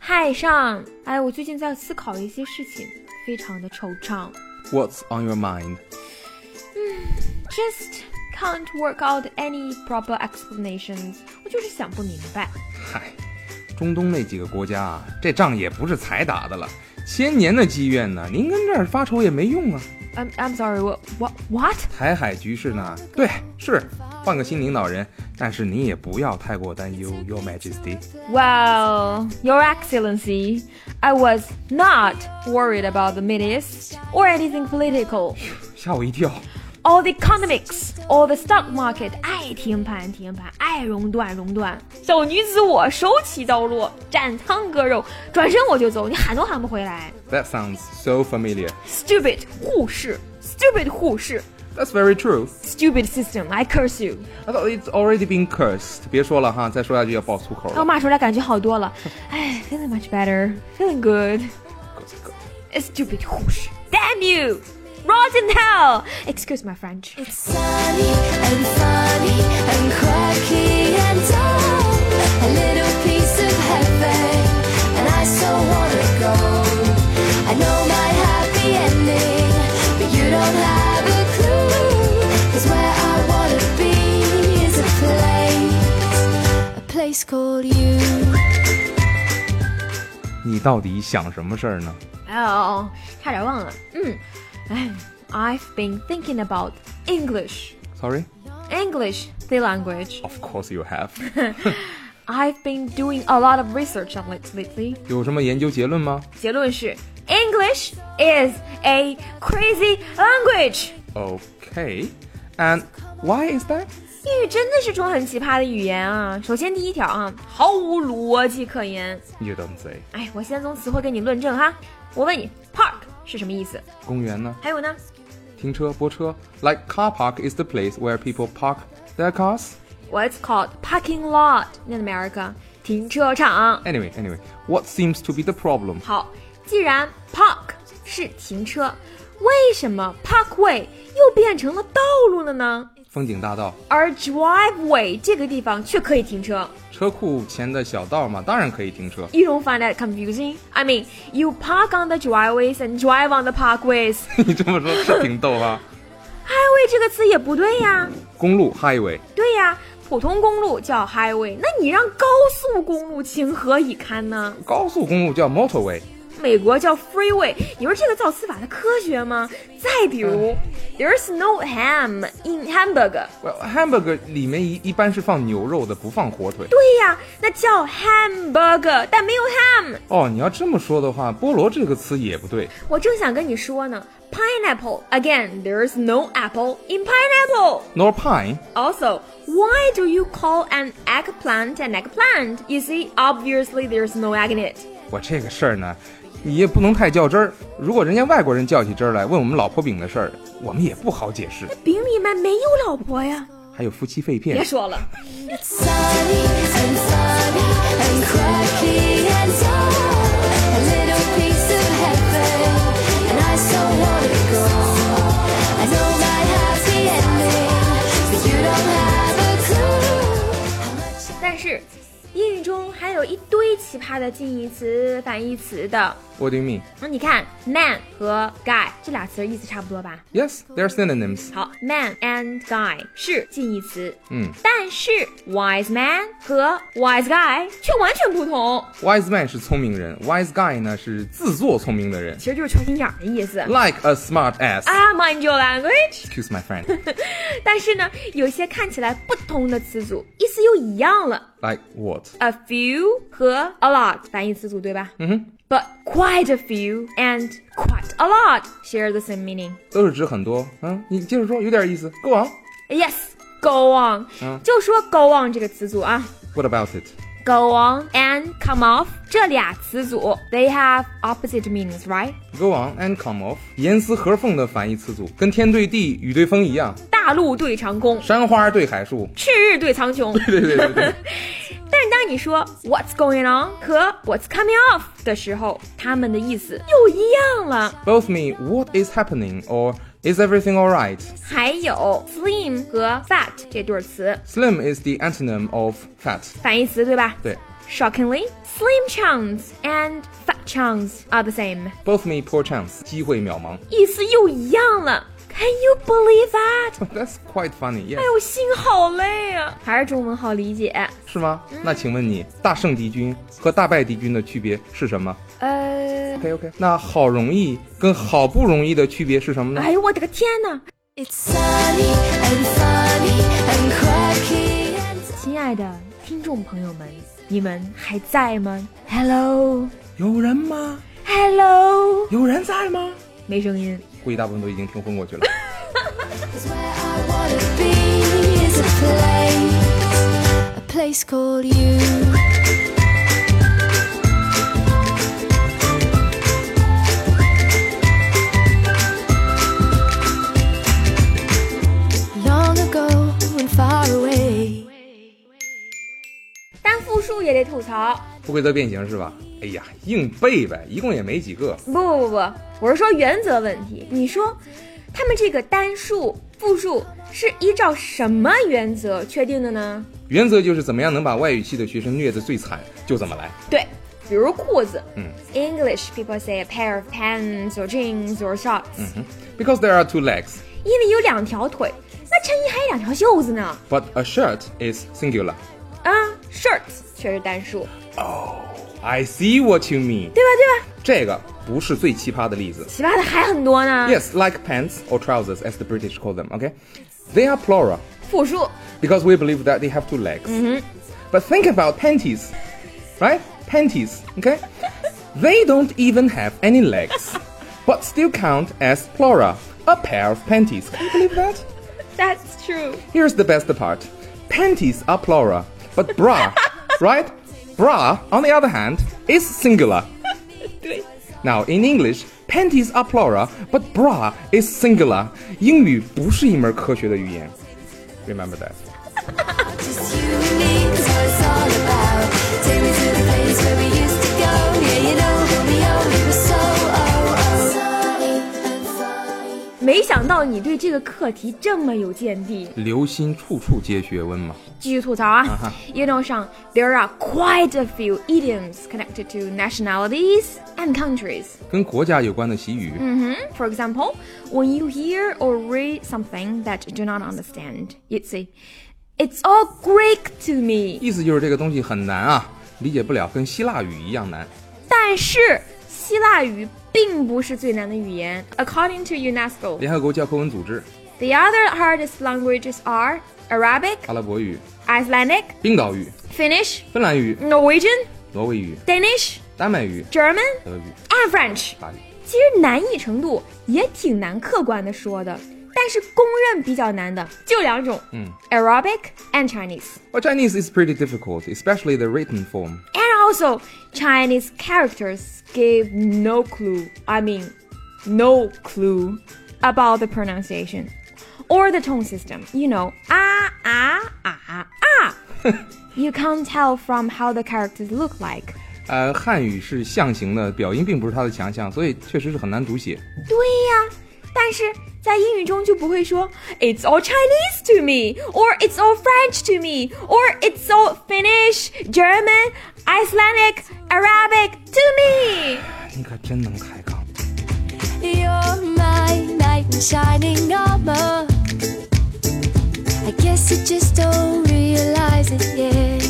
太上，哎，我最近在思考一些事情，非常的惆怅。 What's on your mind? Just can't work out any proper explanations。我就是想不明白。嗨，中东那几个国家啊，这仗也不是才打的了，千年的积怨呢，您跟这儿发愁也没用啊。 I'm I'm sorry，我 what what？台海局势呢，对，是换个新领导人，但是你也不要太过担忧，Your Majesty。 Well, Your Excellency, I was not worried about the Middle East or anything political, 吓我一跳， all the economics, all the stock market。爱停盘停盘，爱熔断熔断。小女子我手起刀落，斩苍割肉，转身我就走，你喊都喊不回来。 That sounds so familiar. Stupid 护士，stupid 护士 That's very true. ，stupid system, I curse you。 I thought it's already been cursed. 别说了哈，再说下去要爆粗口让我了。骂出来感觉好 多了。哎，feeling much better, feeling good. Stupid 护士，damn you, rotten hell. Excuse my French. It's sunny and funny and quirky and dumb. A little piece of heaven, and I so wanna go. I know my happy ending, but you don't have a clue. 'Cause where I wanna be is a place, a place called you. 你到底想什么事儿呢？哦，Oh, 差点忘了。嗯，哎，I've been thinking about English. Sorry? English, the language. Of course you have. I've been doing a lot of research on it lately. 有什么研究结论吗结论是，English is a crazy language. ？Okay. And why is that? 英语真的是种很奇葩的语言啊！首先第一条啊，毫无逻辑可言。 You don't say. 哎，我先从词汇跟你论证哈。我问你，park 是什么意思？公园呢？还有呢，停车、泊车。Like car park is the place where people park their cars. What's called parking lot in America，停车场。 Anyway, anyway, what seems to be the problem? 好，既然 park 是停车，为什么 parkway 又变成了道路了呢？风景大道、而 driveway 这个地方却可以停车。车库前的小道嘛，当然可以停车。 You don't find that confusing? I mean, you park on the driveways and drive on the parkways. 你这么说是挺逗啊。 highway 这个词也不对呀，公路 highway 对呀，普通公路叫 highway，那你让高速公路情何以堪呢？高速公路叫 motorway，美国叫 freeway，你说这个造词法它科学吗？再比如、t h e r e s no ham in Hamburg， well, hamburger 里面一一般是放牛肉的，不放火腿。对呀，那叫 hamburger，但没有 ham。哦，你要这么说的话，菠萝这个词也不对。我正想跟你说呢，pineapple again，there's no apple in pineapple。 Nor pine Also, why do you call an eggplant an eggplant? You see, obviously there's no egg in it. 我这个事儿呢，你也不能太较真儿。如果人家外国人较起真儿来问我们老婆饼的事儿，我们也不好解释。饼里面没有老婆呀！还有夫妻肺 别片，说了， Sunny and funny and quirky and dumb. A little piece of heaven, and I so wanna go. I know my happy ending, but you don't have a clue. How much 但是英语中还有一堆奇葩的近义词、反义词的。 What do you mean? 那你看，man 和 guy 这俩词儿意思差不多吧？ Yes, they're synonyms. 好，man and guy 是近义词，嗯，但是 wise man 和 wise guy 却完全不同， Wise man 是聪明人，wise guy 呢是自作聪明的人其实就是缺心眼儿的意思。 ，like a smart ass. 啊，mind your language。 Excuse my friend. 但是呢，有些看起来不同的词组意思又一样了。 Like what? A few 和 a lot 反义词组对吧？嗯哼。But quite a few and quite a lot share the same meaning. 都是指很多。嗯，你接着说，有点意思。Go on. Yes, go on. 嗯就说 go on 这个词组啊。 What about it? Go on and come off 这俩词组，they have opposite meanings, right? Go on and come off. 严丝合缝的反义词组，跟天对地、雨对风一样，大陆对长空， 山花对海树。赤日对苍穹。对对对对， 但是当你说 What's going on 和 What's coming off 的时候，他们的意思又一样了。 both mean what is happening or Is everything alright? 还有 slim 和 fat 这对儿词， Slim is the antonym of fat. 反义词对吧？对。 Shockingly, slim chunks and fat chunks are the same， Both me poor chance. 机会渺茫. 意思又一样了。Can you believe that？ That's quite funny. 哎 Yes. 呦，心好累啊！还是中文好理解。是吗？那请问你大胜敌军和大败敌军的区别是什么呃， ？OK OK。那 好容易跟好不容易的区别是什么呢？哎呦，我的个天哪！ It's sunny and funny and quirky and 亲爱的听众朋友们，你们还在吗？Hello，Hello，有人吗？有人在吗？没声音。估计大部分都已经听昏过去了。 Cause where I wanna be is a place, a place called you. Long ago and far away. 单复数也得吐槽。不规则变形是吧？哎呀，硬背呗，一共也没几个。不不不不，我是说原则问题。你说，他们这个单数、复数是依照什么原则确定的呢？原则就是怎么样能把外语系的学生虐得最惨，就怎么来。对，比如裤子。嗯 English people say a pair of pants or jeans or shorts，、嗯 Because there are two legs, 因为有两条腿。那衬衣还有两条袖子呢。 but a shirt is singular. 啊，shirts 却是单数， I see what you mean. 对吧？对吧？这个不是最奇葩的例子。其他的还很多呢。 Yes, like pants or trousers, as the British call them. Okay, they are plural 复数 because we believe that they have two legs. But think about panties, right? Panties. Okay, they don't even have any legs, but still count as plural. A pair of panties. Can you believe that? ，That's true。 Here's the best part. Panties are plural, but bra, right? Bra, on the other hand, is singular. 对。 Now, in English, panties are plural, but bra is singular. 英语不是一门科学的语言。Remember that. Just you and me, cause what it's all about. Take me to the place where we used to go. Yeah, you know, Romeo, we were so oh oh. Sunny and funny. 没想到你对这个课题这么有见地。留心处处皆学问嘛。继续吐槽啊！运动上，there are quite a few idioms connected to nationalities and countries. 跟国家有关的习语， For example, when you hear or read something that you do not understand, you'd say, "It's all Greek to me." 意思就是这个东西很难啊，理解不了，跟希腊语一样难。但是希腊语并不是最难的语言，according to UNESCO. 联合国教科文组织、 The other hardest languages are Arabic, 阿拉伯语、 Icelandic, 冰岛语、 Finnish, 芬兰语、 Norwegian, 挪威语、 Danish, 丹麦语、 German, 德语、 and French. 法语。其实难易程度也挺难客观的说的，但是公认比较难的就两种，嗯，Arabic and Chinese。 Well, Chinese is pretty difficult, especially the written form. And also, Chinese characters gave no clue, I mean, no clue about the pronunciation or the tone system. You know, ah, ah, ah, ah. you can't tell from how the characters look like. 呃，汉语是象形的，表音并不是它的强项，所以确实是很难读写。对呀，但是在英语中就不会说 "It's all Chinese to me" or "It's all French to me" or "It's all Finnish, German, Icelandic, Arabic to me"。哎你可真能抬杠。 You're my knight in shining armor. I guess you just don't realize it yet.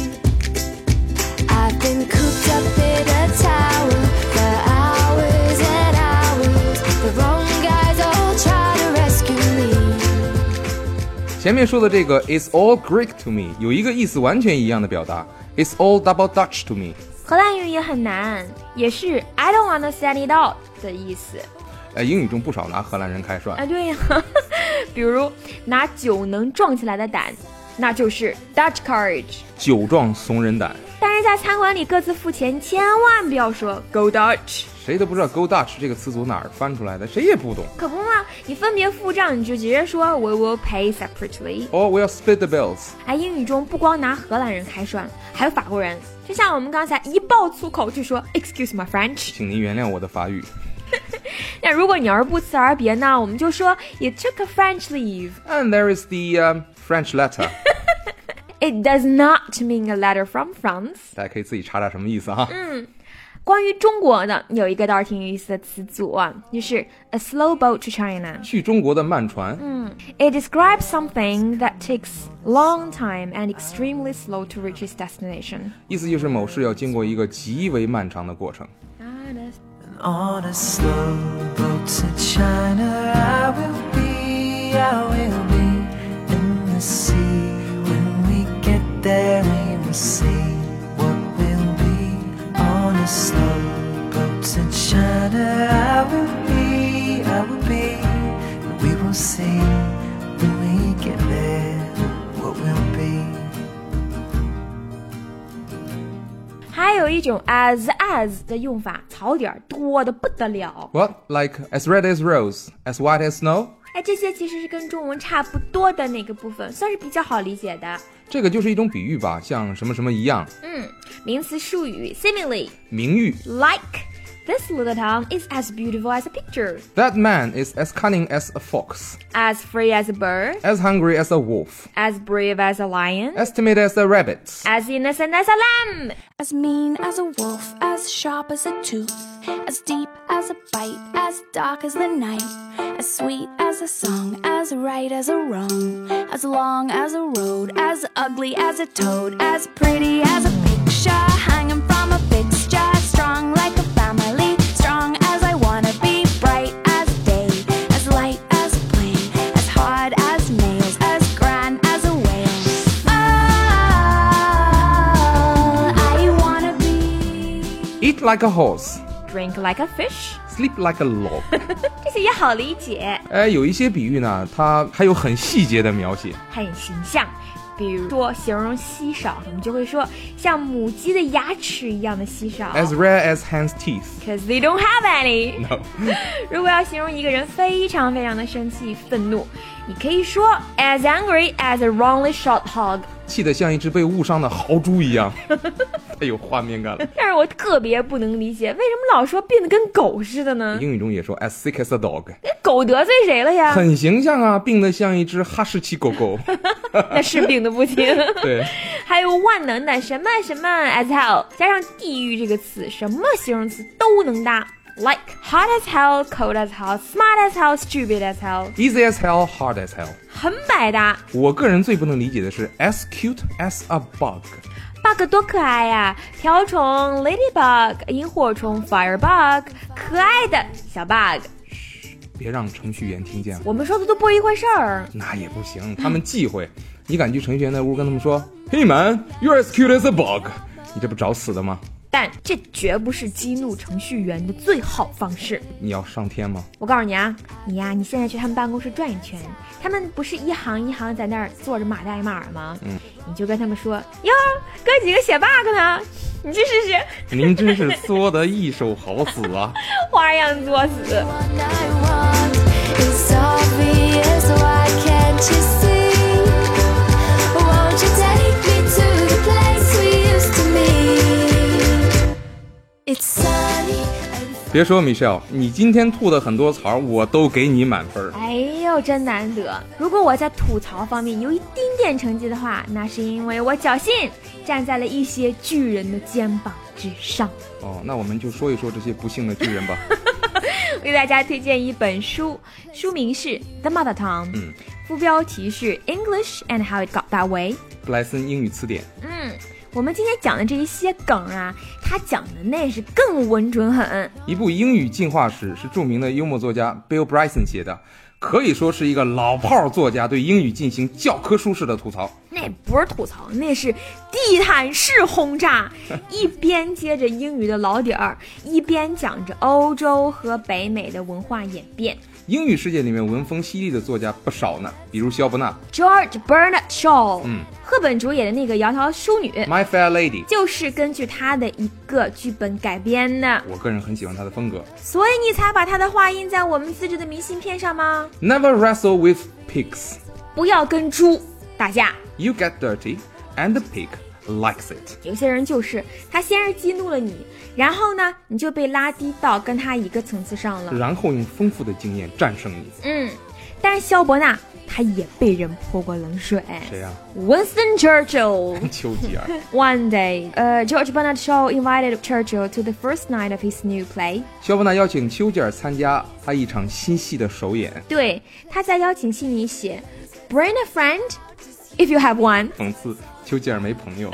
I've been cooped up in a tower for hours and hours. The wrong guys all try to rescue me. 前面说的这个 "It's all Greek to me" 有一个意思完全一样的表达，"It's all double Dutch to me"。荷兰语也很难，也是 "I don't understand it all" 的意思。呃，英语中不少拿荷兰人开涮啊，。对呀， 比如拿酒能壮起来的胆，那就是 Dutch courage。酒壮怂人胆，但是在餐馆里各自付钱，千万不要说 "Go Dutch"。谁都不知道 "go Dutch" 这个词组哪儿翻出来的，谁也不懂。可不嘛，你分别付账，你就直接说 We will pay separately。 Or Oh, we'll split the bills。哎，英语中不光拿荷兰人开涮，还有法国人。就像我们刚才一爆粗口就说 Excuse my French，请您原谅我的法语。那如果你要是不辞而别呢，我们就说 you took a French leave. And there is the um, French letter， It does not mean a letter from France. 大家可以自己查查什么意思哈。啊关于中国的有一个倒是挺有意思的词组啊，就是 a slow boat to China。去中国的慢船， It describes something that takes long time and extremely slow to reach its destination. 意思就是某事要经过一个极为漫长的过程。 On a slow boat to China, I will be, I will be in the sea. When we get there, we will see what will be. On a slow boat to China, I will be, I will be, and we will see when we get there what will be. 还有一种 as as 的用法，槽点儿多的不得了。 What like as red as rose, as white as snow？哎，这些其实是跟中文差不多的那个部分，算是比较好理解的这个就是一种比喻吧，像什么什么一样。名词术语 simile。名誉 Like this little town is as beautiful as a picture, That man is as cunning as a fox, as free as a bird, as hungry as a wolf, as brave as a lion, as timid as a rabbit. as innocent as a lamb. As mean as a wolf, as sharp as a tooth, as deep as a bite, as dark as the night, as sweet as a song, as right as a wrong, as long as a road, as ugly as a toad, as pretty as a picture, hanging from a fixture, strong like a family, strong as I wanna be, bright as day, as light as a plane, as hard as nails, as grand as a whale. Oh, I wanna be. Eat like a horse, Drink like a fish， sleep like a log. 这些也好理解，哎，有一些比喻呢，它还有很细节的描写。很形象。比如说形容稀少，我们就会说像母鸡的牙齿一样的稀少 As rare as hen's teeth. ，because they don't have any。 No. 如果要形容一个人非常非常的生气、愤怒，你可以说 as angry as a wrongly shot hog。气得像一只被误伤的豪猪一样，太有画面感了。但是我特别不能理解，为什么老说病得跟狗似的呢？英语中也说 as sick as a dog，那狗得罪谁了呀？很形象啊，病得像一只哈士奇狗狗。 那是病的不轻。 对， 还有万能的什么什么 as hell，加上地狱这个词，什么形容词都能搭。Like hot as hell, cold as hell, smart as hell, stupid as hell， Easy as hell, hard as hell。很百搭。我个人最不能理解的是 as cute as a bug。 bug 多可爱呀、瓢虫 ladybug，萤火虫 firebug，可爱的小 bug。别让程序员听见了，我们说的都不是一回事儿。那也不行，他们忌讳。你敢去程序员那屋跟他们说，Hey man, you're as cute as a bug，你这不找死的吗？但这绝不是激怒程序员的最好方式。你要上天吗？我告诉你啊，你呀、你现在去他们办公室转一圈，他们不是一行一行在那儿坐着马代马尔吗？嗯，你就跟他们说哟，哥几个写 bug 呢，你去试试，您真是作得一手好死啊！花样作死。 What I want is obvious. Why can't you see? Won't you take me to the place we used to meet? It's sunny and 别说 Michelle，你今天吐的很多槽儿，我都给你满分儿。哎呦，真难得！如果我在吐槽方面有一丁点成绩的话，那是因为我侥幸站在了一些巨人的肩膀之上。 哦，那我们就说一说这些不幸的巨人吧。为大家推荐一本书，书名是《The Mother Tongue》，副标题是《English and How It Got That Way》。布莱森英语词典，嗯，我们今天讲的这一些梗啊，他讲的那是更稳准狠。一部英语进化史是著名的幽默作家 Bill Bryson 写的，可以说是一个老炮儿作家对英语进行教科书式的吐槽。那不是吐槽，那是地毯式轰炸，一边接着英语的老底儿，一边讲着欧洲和北美的文化演变。英语世界里面文风犀利的作家不少呢，比如肖伯纳 George Bernard Shaw，嗯，赫本主演的那个《窈窕淑女》 ，My Fair Lady。就是根据他的一个剧本改编的，我个人很喜欢他的风格。所以你才把他的话印在我们自制的明信片上吗？ Never wrestle with pigs. 不要跟猪打架。 You get dirty, and the pig likes it. 有些人就是他先是激怒了你，然后呢，你就被拉低到跟他一个层次上了。然后用丰富的经验战胜你。嗯，但是肖伯纳他也被人泼过冷水。谁呀、 Winston Churchill. 丘吉尔。 One day, uh, George Bernard Shaw invited Churchill to the first night of his new play. 肖伯纳邀请丘吉尔参加他一场新戏的首演，对，他在邀请信里写，Bring a friend if you have one。讽刺丘吉尔没朋友。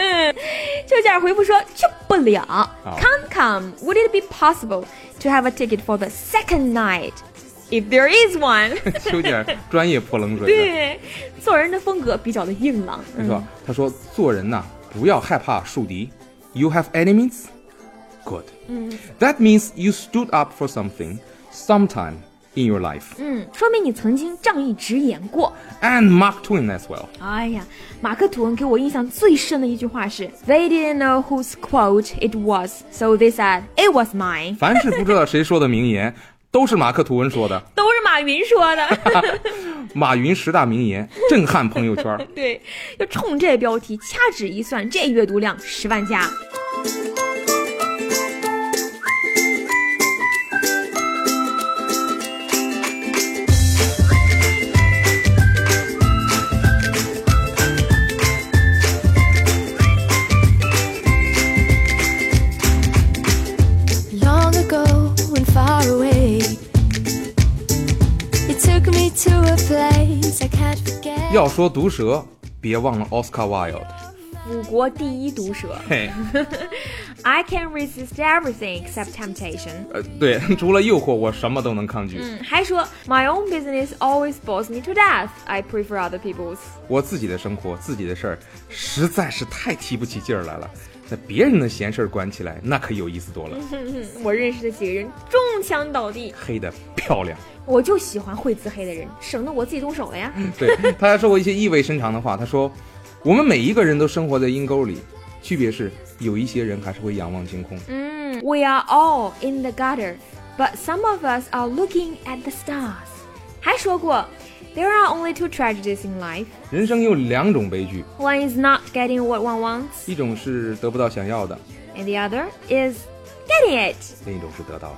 丘吉尔回复说去不了。Can't come. Would it be possible to have a ticket for the second night, if there is one？丘吉尔专业泼冷水的，对，做人的风格比较的硬朗。他说：“他说做人呐、不要害怕树敌。You have enemies, good. 嗯 That means you stood up for something, sometime in your life. 嗯，说明你曾经仗义直言过。 And Mark Twain as well. 哎呀，马克吐温给我印象最深的一句话是：“They didn't know whose quote it was, so they said it was mine。凡是不知道谁说的名言， 都是马克吐温说的。”都是马云说的。马云十大名言震撼朋友圈。 对，就冲这标题掐指一算，这阅读量十万加。 long ago and far away. You took me to a place I can't forget. 要说毒舌，别忘了 Oscar Wilde。我国第一毒舌嘿， ，I can resist everything except temptation。呃，对，除了诱惑，我什么都能抗拒。嗯，还说 My own business always bores me to death. I prefer other people's。我自己的生活，自己的事儿，实在是太提不起劲儿来了。那别人的闲事儿管起来，那可有意思多了。嗯我认识的几个人中枪倒地，黑的漂亮。我就喜欢会自黑的人，省得我自己动手了呀。对， 他还说过一些意味深长的话。他说：“我们每一个人都生活在阴沟里，区别是有一些人还是会仰望星空。嗯，We are all in the gutter, but some of us are looking at the stars。还说过，There are only two tragedies in life. 人生有两种悲剧， One is not getting what one wants, 一种是得不到想要的， and the other is getting it。另一种是得到的。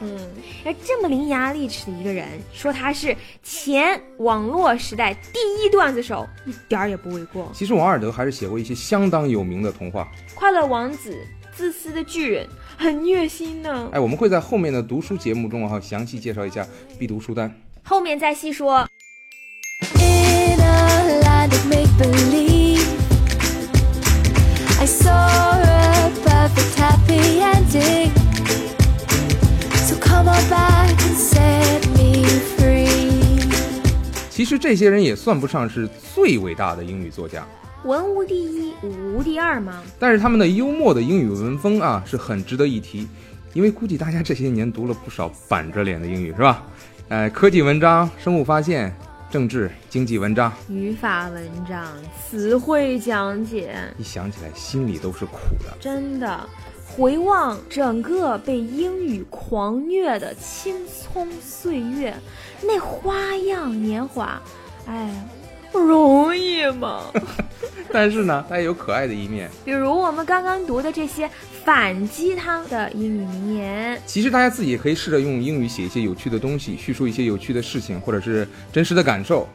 而这么伶牙俐齿的一个人，说他是前网络时代第一段子手，一点儿也不为过。其实王尔德还是写过一些相当有名的童话。快乐王子、自私的巨人，很虐心呢。哎，我们会在后面的读书节目中啊，详细介绍一下必读书单。后面再细说。 In a land of make believe, I saw a perfect happy ending. So come on back and set me free. 其实这些人也算不上是最伟大的英语作家，文无第一，武无第二嘛。但是他们的幽默的英语文风啊，是很值得一提。因为估计大家这些年读了不少板着脸的英语，是吧？哎，科技文章、生物发现、政治、经济文章，语法文章、词汇讲解，一想起来心里都是苦的。真的回望整个被英语狂虐的青葱岁月，那花样年华，哎，容易吗？但是呢，他也有可爱的一面。 比如我们刚刚读的这些反鸡汤的英语名言，其实大家自己也可以试着用英语写一些有趣的东西，叙述一些有趣的事情，或者是真实的感受。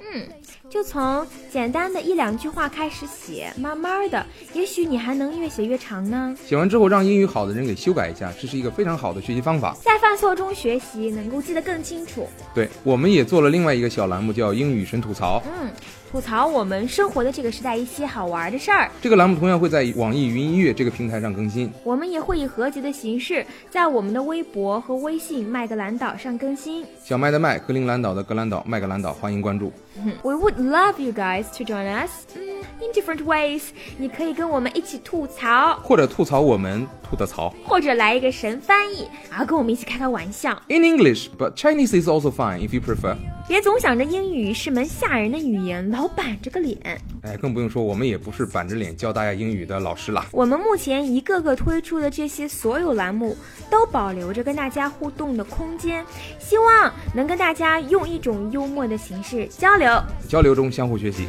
就从简单的一两句话开始写，慢慢的，也许你还能越写越长呢。写完之后，让英语好的人给修改一下，这是一个非常好的学习方法。在犯错中学习，能够记得更清楚。对我们也做了另外一个小栏目，叫“英语神吐槽嗯，吐槽我们生活的这个时代一些好玩的事儿，”。这个栏目同样会在网易云音乐这个平台上更新。我们也会以合集的形式，在我们的微博和微信“麦格兰岛”上更新。小麦的麦，格陵兰岛的格兰岛，麦格兰岛，欢迎关注。嗯 We would love you guys to join us. 嗯，in different ways，你可以跟我们一起吐槽，或者吐槽我们吐的槽。或者来一个神翻译，然后跟我们一起开开玩笑。 In English, but Chinese is also fine if you prefer。别总想着英语是门吓人的语言，老板这个脸。哎，更不用说我们也不是板着脸教大家英语的老师啦。我们目前一个个推出的这些所有栏目，都保留着跟大家互动的空间，希望能跟大家用一种幽默的形式交流。交流中相互学习。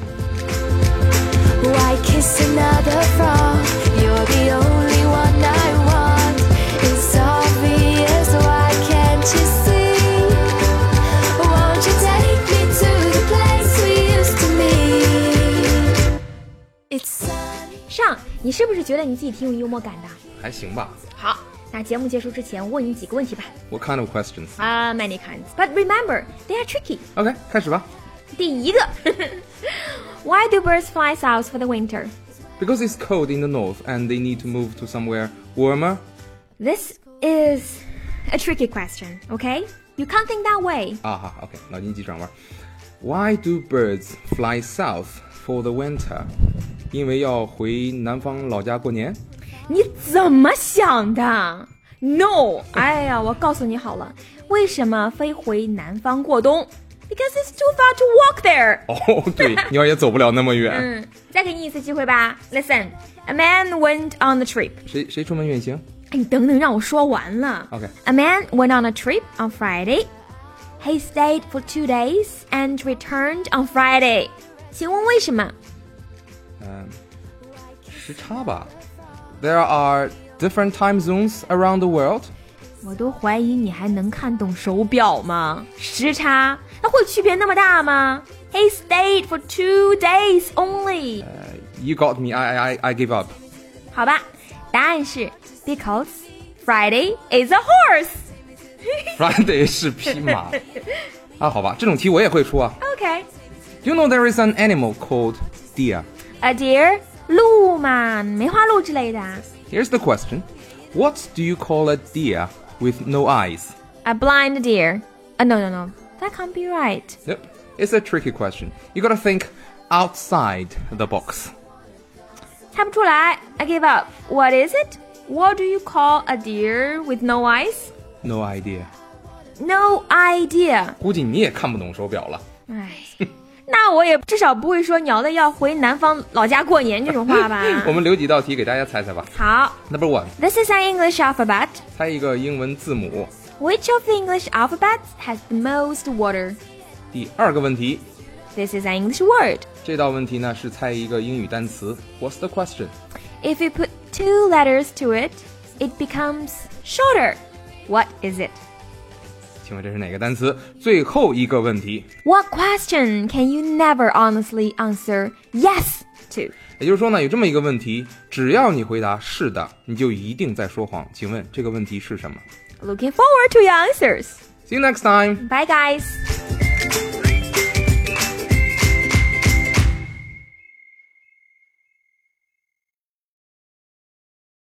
Why kiss another frog? You're the only one I want. It's obvious, why can't you see? Won't you take me to the place we used to meet? It's sunny. 上，你是不是觉得你自己挺有幽默感的？还行吧。好，那节目结束之前问你几个问题吧。 What kind of questions? 啊、m a n y kinds, but remember they are tricky. OK，开始吧。第一个，Why do birds fly south for the winter? Because it's cold in the north and they need to move to somewhere warmer. This is a tricky question. Okay, you can't think that way. 啊哈，OK，脑筋急转弯。Why do birds fly south for the winter？因为要回南方老家过年。你怎么想的？No，哎呀，我告诉你好了，为什么飞回南方过冬？Because it's too far to walk there. 哦、对，鸟也走不了那么远。嗯，再给你一次机会吧。Listen, a man went on a trip. 谁谁出门远行？哎，你等等，让我说完了。 OK A man went on a trip on Friday. He stayed for two days and returned on Friday. 请问为什么？嗯，时差吧。There are different time zones around the world. 我都怀疑你还能看懂手表吗？时差它会区别那么大吗？He stayed for two days only. You got me. I I I give up. 好吧，答案是 because Friday is a horse. Friday 是匹 马。啊，好吧，这种题我也会出啊。 Okay. Do you know there is an animal called deer? A deer，鹿嘛，梅花鹿之类的啊。 Here's the question. What do you call a deer with no eyes? A blind deer. Uh, no, no, no. That can't be right. Yep. It's a tricky question. You gotta think outside the box. 猜不出来，I give up. What is it? What do you call a deer with no eyes? No idea. No idea. 估计你也看不懂手表了。 哎，那我也至少不会说鸟类要回南方老家过年这种话吧 。我们留几道题给大家猜猜吧。好 Number one， ，This is an English alphabet. 猜一个英文字母。 Which of the English alphabets has the most water? 第二个问题， This is an English word. 这道问题呢是猜一个英语单词。What's the question？ If you put two letters to it, it becomes shorter. What is it? 请问这是哪个单词？最后一个问题， What question can you never honestly answer yes to? 也就是说呢，有这么一个问题，只要你回答是的，你就一定在说谎。请问这个问题是什么 Looking forward to your answers. ？See you next time. Bye, guys.